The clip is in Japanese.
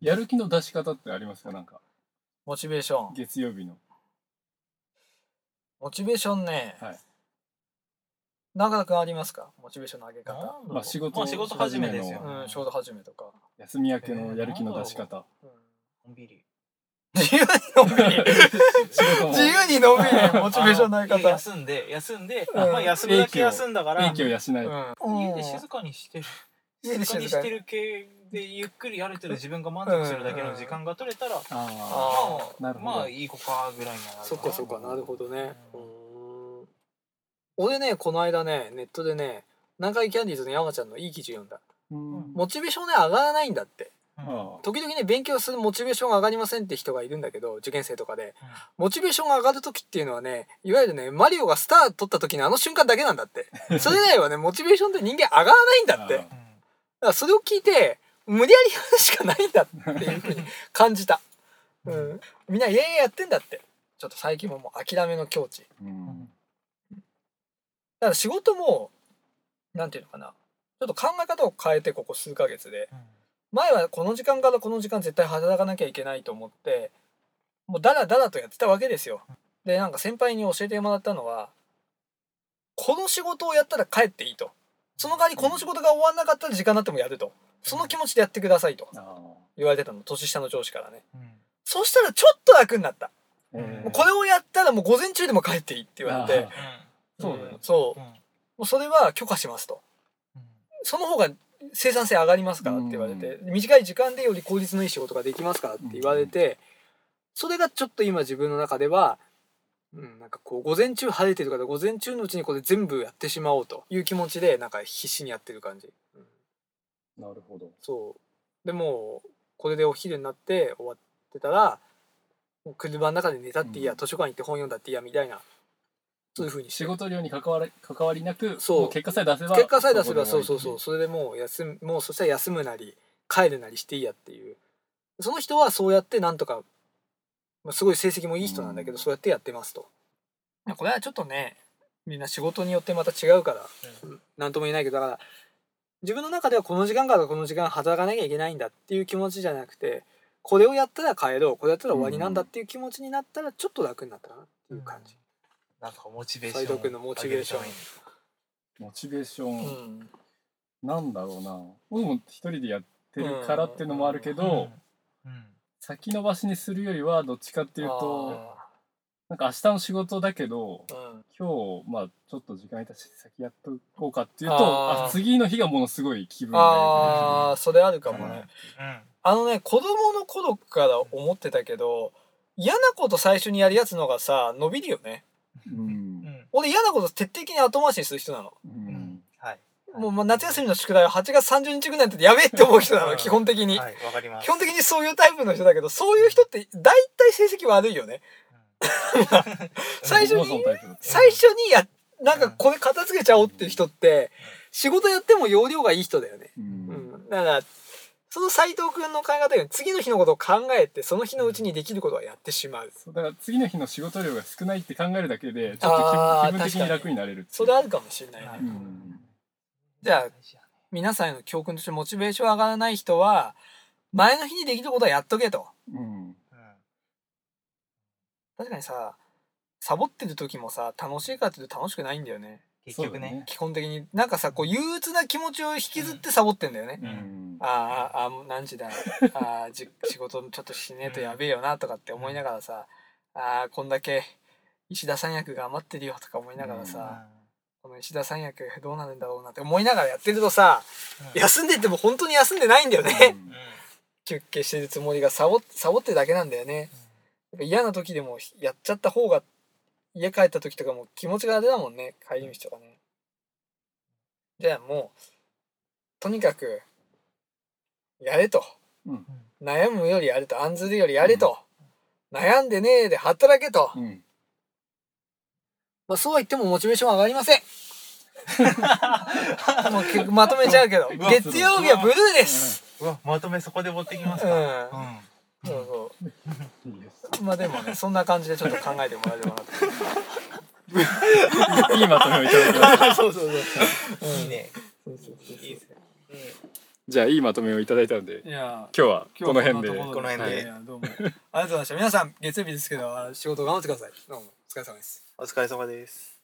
やる気の出し方ってありますかなんか、モチベーション。月曜日の。モチベーションね。はい長くありますかモチベーションの上げなんだ方。ろうまあ仕事まあ仕事始めですよね。うん、ちょうど始めとか。 休み明けのやる気の出し方。うんのんびり。自由にのんびり。 仕事も自由にのんびり。モチベーションの上げあの方。休んで、休んで、うんまあ休むだけ休んだから、息を養えうん家で静かにしてる。家静で静かにかにしてる系でゆっくりやれてる自分が満足するだけの時間が取れたら、ああなるほまどあ、まあいい子かぐらいにはなるなそっかそっかなるほどねううんーん俺ねこの間ねネットでね南海キャンディーズの山ちゃんのいい記事読んだーうんモチベーションね上がらないんだってうんあ時々ね勉強するモチベーションが上がりませんって人がいるんだけど受験生とかでうんモチベーションが上がる時っていうのはねいわゆるねマリオがスター取った時のあの瞬間だけなんだって それ以外はねモチベーションって人間上がらないんだってあだーかうんらそれを聞いて無理やりやるしかないんだっていうふうに感じた、うん、みんなイエーイやってんだってちょっと最近ももう諦めの境地うんだから仕事もなんていうのかなちょっと考え方を変えてここ数ヶ月で前はこの時間からこの時間絶対働かなきゃいけないと思ってもうダラダラとやってたわけですよでなんか先輩に教えてもらったのはこの仕事をやったら帰っていいとその代わりこの仕事が終わんなかったら時間になってもやるとその気持ちでやってくださいとあー言われてたの年下の上司からねうんそしたらちょっと楽になったえもーうこれをやったらもう午前中でも帰っていいって言われてあそうだねんそううんもうそれは許可しますとその方が生産性上がりますからって言われて、短い時間でより効率のいい仕事ができますからって言われて、それがちょっと今自分の中では、うん、なんかこう午前中晴れてるから午前中のうちにこれ全部やってしまおうという気持ちでなんか必死にやってる感じ、うんなるほど。そうでもうこれでお昼になって終わってたらもう車の中で寝たっていいや、うん図書館行って本読んだっていいやみたいなそういうふうにして仕事量に関わり関わりなく、そうも結果さえ出せば。結果さえ出せばそうそうどそこうそれでもう休むもうそしたら休むなり帰るなりしていいやっていうその人はそうやってなんとか、まあ、すごい成績もいい人なんだけど、うんそうやってやってますとこれはちょっとねみんな仕事によってまた違うから何とも言えないけどだから自分の中ではこの時間からこの時間働かなきゃいけないんだっていう気持ちじゃなくてこれをやったら帰ろうこれやったら終わりなんだっていう気持ちになったらちょっと楽になったなっていう感じ、なんとかモチベーショ斉ン藤君のモチベーション上げるでもいいモチベーション、うんなんだろうな。僕も一人でやってるからっていうのもあるけためにど、うんうん先延ばしにするよりはどっちかっていうと、なんか明日の仕事だけど。あーうん今日まあちょっと時間いたし先やっとこうかっていうとあーあ次の日がものすごい気分があーそれあるかもね、はいうんあのね子供の頃から思ってたけど嫌なこと最初にやるやつのがさ伸びるよね良くなるうんうん俺嫌なこと徹底的に後回しにする人なのうんはいもうまあ夏休みの宿題は8月30日ぐらいの時やべえって思う人なうのん基本的に、はいわかります基本的にそういうタイプの人だけどそういう人って大体成績悪いよね最初に僕もそのタイプだった最初にやなんかこれ片付けちゃおうっていう人って仕事やっても容量がいい人だよねううんんだからその斎藤君の考え方より次の日のことを考えてその日のうちにできることはやってしまうそうだから次の日の仕事量が少ないって考えるだけでちょっとあー気分気分的に確か楽になれるっていうそれあるかもしれないねはういんじゃあ皆さんへの教訓としてモチベーション上がらない人は前の日にできることはやっとけとうん確かにさサボってる時もさ楽しいかっていうと楽しくないんだよね結局ね基本的になんかさこう憂鬱な気持ちを引きずってサボってんだよね、そうだねうんあーあーあーもう何時だあーじ 仕事ちょっとしねえとやべえよなとかって思いながらさあーこんだけ石田三役が余ってるよとか思いながらうんさ、この石田三役どうなるんだろうなって思いながらやってるとさ、うん休んでても本当に休んでないんだよね、うん休憩してるつもりがサボサボってるだけなんだよねなんか嫌な時でもやっちゃった方が家帰った時とかも気持ちがあれだもんね帰り道とかねじゃあもうとにかくやれと、うん悩むよりやれと案ずるよりやれと、悩んでねえで働けと、うんまあ、そうは言ってもモチベーションは上がりませ んもう結局まとめちゃうけどうわ月曜日はブルーです、うわまとめそこで持ってきますうんかうんそうそういいです まあでもね、そんな感じでちょっと考えてもらえればなと。いいまとめをいただきました そうそうそう。いいねそうそうそういいですねじゃあいいまとめをいただいたのでいや今日は今この日は辺でとこの辺でいやど うもありがとうございました皆さん月曜日ですけどあ仕事頑張ってくださいどうもお疲れ様ですお疲れ様です